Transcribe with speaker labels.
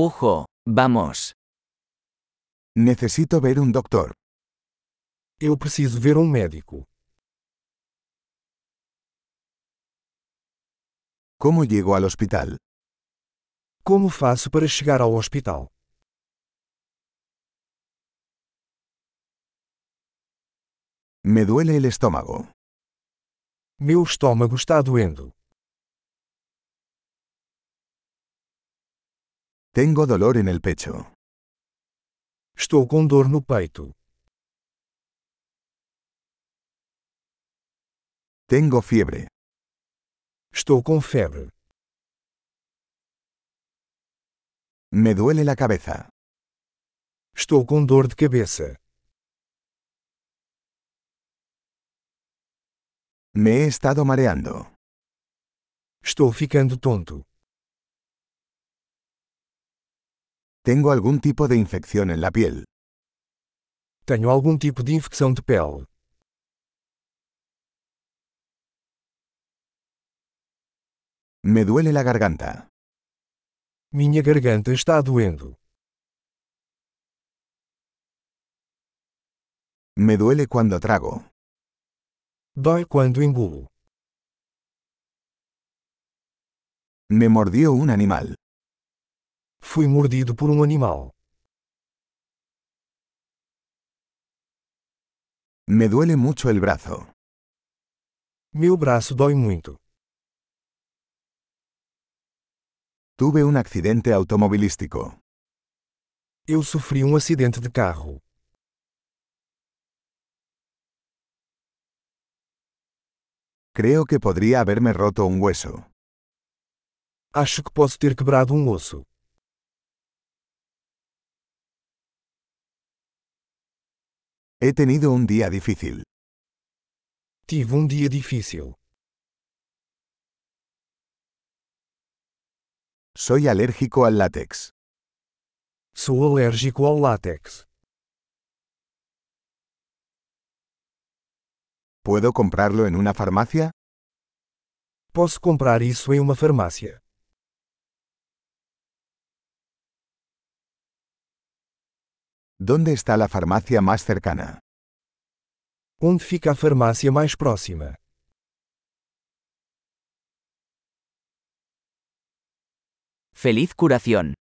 Speaker 1: Ojo, vamos.
Speaker 2: Necesito ver un doctor.
Speaker 3: Eu preciso ver um médico.
Speaker 2: ¿Cómo llego al hospital?
Speaker 3: Como faço para chegar ao hospital?
Speaker 2: Me duele el estómago.
Speaker 3: Meu estômago está doendo.
Speaker 2: Tengo dolor en el pecho.
Speaker 3: Estou com dor no peito.
Speaker 2: Tengo fiebre.
Speaker 3: Estou com febre.
Speaker 2: Me duele la cabeza.
Speaker 3: Estou com dor de cabeça.
Speaker 2: Me he estado mareando.
Speaker 3: Estou ficando tonto.
Speaker 2: Tengo algún tipo de infección en la piel.
Speaker 3: Tenho algum tipo de infecção de pele.
Speaker 2: Me duele la garganta.
Speaker 3: Minha garganta está doendo.
Speaker 2: Me duele cuando trago.
Speaker 3: Dói quando engulo.
Speaker 2: Me mordió un animal.
Speaker 3: Fui mordido por um animal.
Speaker 2: Me duele mucho el brazo.
Speaker 3: Meu braço dói muito.
Speaker 2: Tuve un accidente automovilístico.
Speaker 3: Eu sofri um acidente de carro.
Speaker 2: Creo que podría haberme roto un hueso.
Speaker 3: Acho que posso ter quebrado um osso.
Speaker 2: He tenido un día difícil.
Speaker 3: Tive um dia difícil.
Speaker 2: Soy alérgico al látex.
Speaker 3: Sou alérgico ao látex.
Speaker 2: ¿Puedo comprarlo en una farmacia?
Speaker 3: Posso comprar isso em uma farmácia.
Speaker 2: ¿Dónde está la farmacia más cercana?
Speaker 3: Onde fica a farmácia mais próxima?
Speaker 1: Feliz curación.